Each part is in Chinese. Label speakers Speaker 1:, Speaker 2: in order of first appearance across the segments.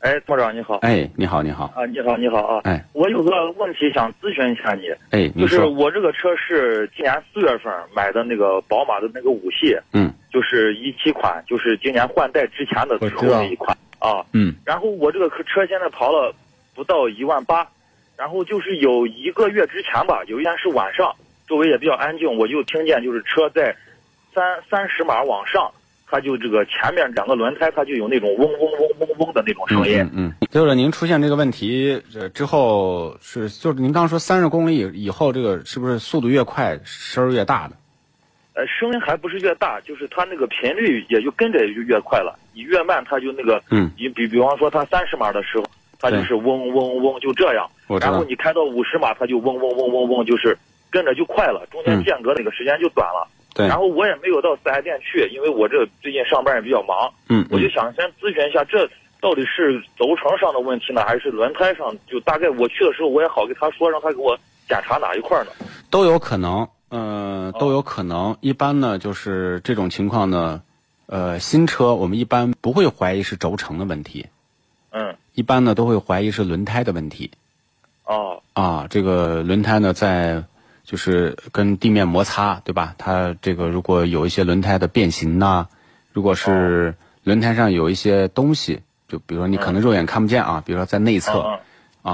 Speaker 1: 哎，团长你好，
Speaker 2: 哎，你好，你好，
Speaker 1: 啊，你好，你好啊，
Speaker 2: 哎，
Speaker 1: 我有个问题想咨询一下你，
Speaker 2: 哎，你
Speaker 1: 就是
Speaker 2: 说，
Speaker 1: 我这个车是今年四月份买的那个宝马的那个五系，
Speaker 2: 嗯
Speaker 1: 就是一七款，就是今年换代之前的最后的一款啊。
Speaker 2: 嗯
Speaker 1: 然后我这个车现在跑了不到一万八，然后就是有一个月之前吧，有一天是晚上，周围也比较安静，我就听见就是车在三三十码往上，它就这个前面两个轮胎它就有那种嗡嗡嗡嗡嗡的那种声音。
Speaker 2: 嗯嗯，就是您出现这个问题，这之后是就是您刚刚说三十公里以以后，这个是不是速度越快声儿越大的？
Speaker 1: 呃，声音还不是越大，就是它那个频率也就跟着也就越快了。你越慢，它就那个，
Speaker 2: 嗯
Speaker 1: 你比比方说它三十码的时候，它
Speaker 2: 对
Speaker 1: 就是嗡嗡嗡就这样，
Speaker 2: 我知
Speaker 1: 然
Speaker 2: 道
Speaker 1: 后你开到五十码，它就嗡嗡嗡嗡嗡，就是跟着就快了，中间
Speaker 2: 嗯
Speaker 1: 间隔那个时间就短了。
Speaker 2: 对
Speaker 1: 然后我也没有到四 S 店去，因为我这最近上班也比较忙，
Speaker 2: 嗯，
Speaker 1: 我就
Speaker 2: 嗯
Speaker 1: 想先咨询一下，这到底是轴承上的问题呢，还是轮胎上？就大概我去的时候，我也好给他说，让他给我检查哪一块呢？
Speaker 2: 都有可能，呃，
Speaker 1: 哦
Speaker 2: 都有可能。一般呢，就是这种情况呢，呃，新车我们一般不会怀疑是轴承的问题，
Speaker 1: 嗯，
Speaker 2: 一般呢都会怀疑是轮胎的问题。
Speaker 1: 哦，
Speaker 2: 啊，这个轮胎呢，在就是跟地面摩擦，对吧？它这个如果有一些轮胎的变形呐、如果是轮胎上有一些东西，就比如说你可能肉眼看不见啊，比如说在内侧
Speaker 1: 嗯嗯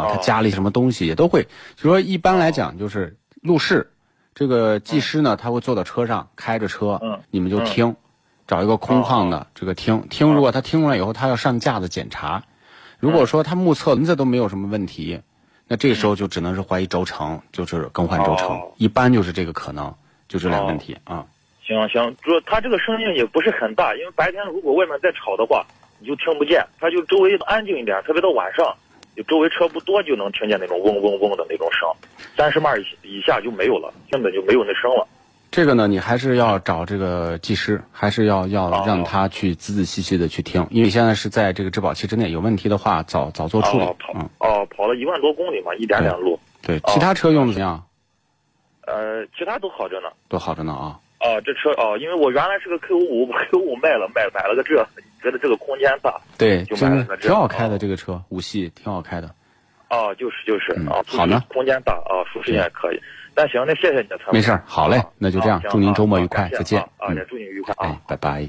Speaker 2: 啊，它
Speaker 1: 哦
Speaker 2: 加了一些什么东西，也都会。就说一般来讲，就是路试，这个技师呢，他会坐到车上，开着车
Speaker 1: 嗯，
Speaker 2: 你们就
Speaker 1: 嗯哦
Speaker 2: 听，找一个空旷的这个听听。如果他听出来以后，他要上架子检查。如果说他目测轮子都没有什么问题，那这时候就只能是怀疑轴承，就是更换轴承
Speaker 1: 哦，
Speaker 2: 一般就是这个可能，就这俩问题啊。
Speaker 1: 行行，主它这个声音也不是很大，因为白天如果外面再吵的话，你就听不见。它就周围哦安静一点，特别到晚上，就周围车不多，就能听见那种嗡嗡嗡的那种声，三十码以以下就没有了，根本就没有那声了。
Speaker 2: 这个呢，你还是要找这个技师，还是要要
Speaker 1: 哦
Speaker 2: 让他去仔仔细细的去听，因为现在是在这个质保期之内，有问题的话早早做处理
Speaker 1: 哦，。跑
Speaker 2: 嗯，
Speaker 1: 哦，跑了一万多公里嘛，一点点路，
Speaker 2: 对，
Speaker 1: 哦
Speaker 2: 其他车用的怎么样？
Speaker 1: 呃，其他都好着呢。
Speaker 2: 都好着呢啊。
Speaker 1: 哦，这车哦，因为我原来是个 Q 五五，Q 五卖了，卖买了个这，觉得这个空间大。
Speaker 2: 对，
Speaker 1: 就买
Speaker 2: 真
Speaker 1: 了
Speaker 2: 的
Speaker 1: 个这
Speaker 2: 挺好开的
Speaker 1: 哦
Speaker 2: 这个车，五系挺好开的。
Speaker 1: 哦，就是就是
Speaker 2: 嗯
Speaker 1: 啊，
Speaker 2: 好呢
Speaker 1: 空间大啊，舒适性也可以。那行，那谢谢你的参谋，
Speaker 2: 没事儿好嘞
Speaker 1: 啊
Speaker 2: 那就这样
Speaker 1: 啊行
Speaker 2: 祝您周末
Speaker 1: 啊
Speaker 2: 愉快
Speaker 1: 感谢
Speaker 2: 再见
Speaker 1: 啊啊，
Speaker 2: 嗯
Speaker 1: 也祝您愉快啊
Speaker 2: 哎。，拜拜。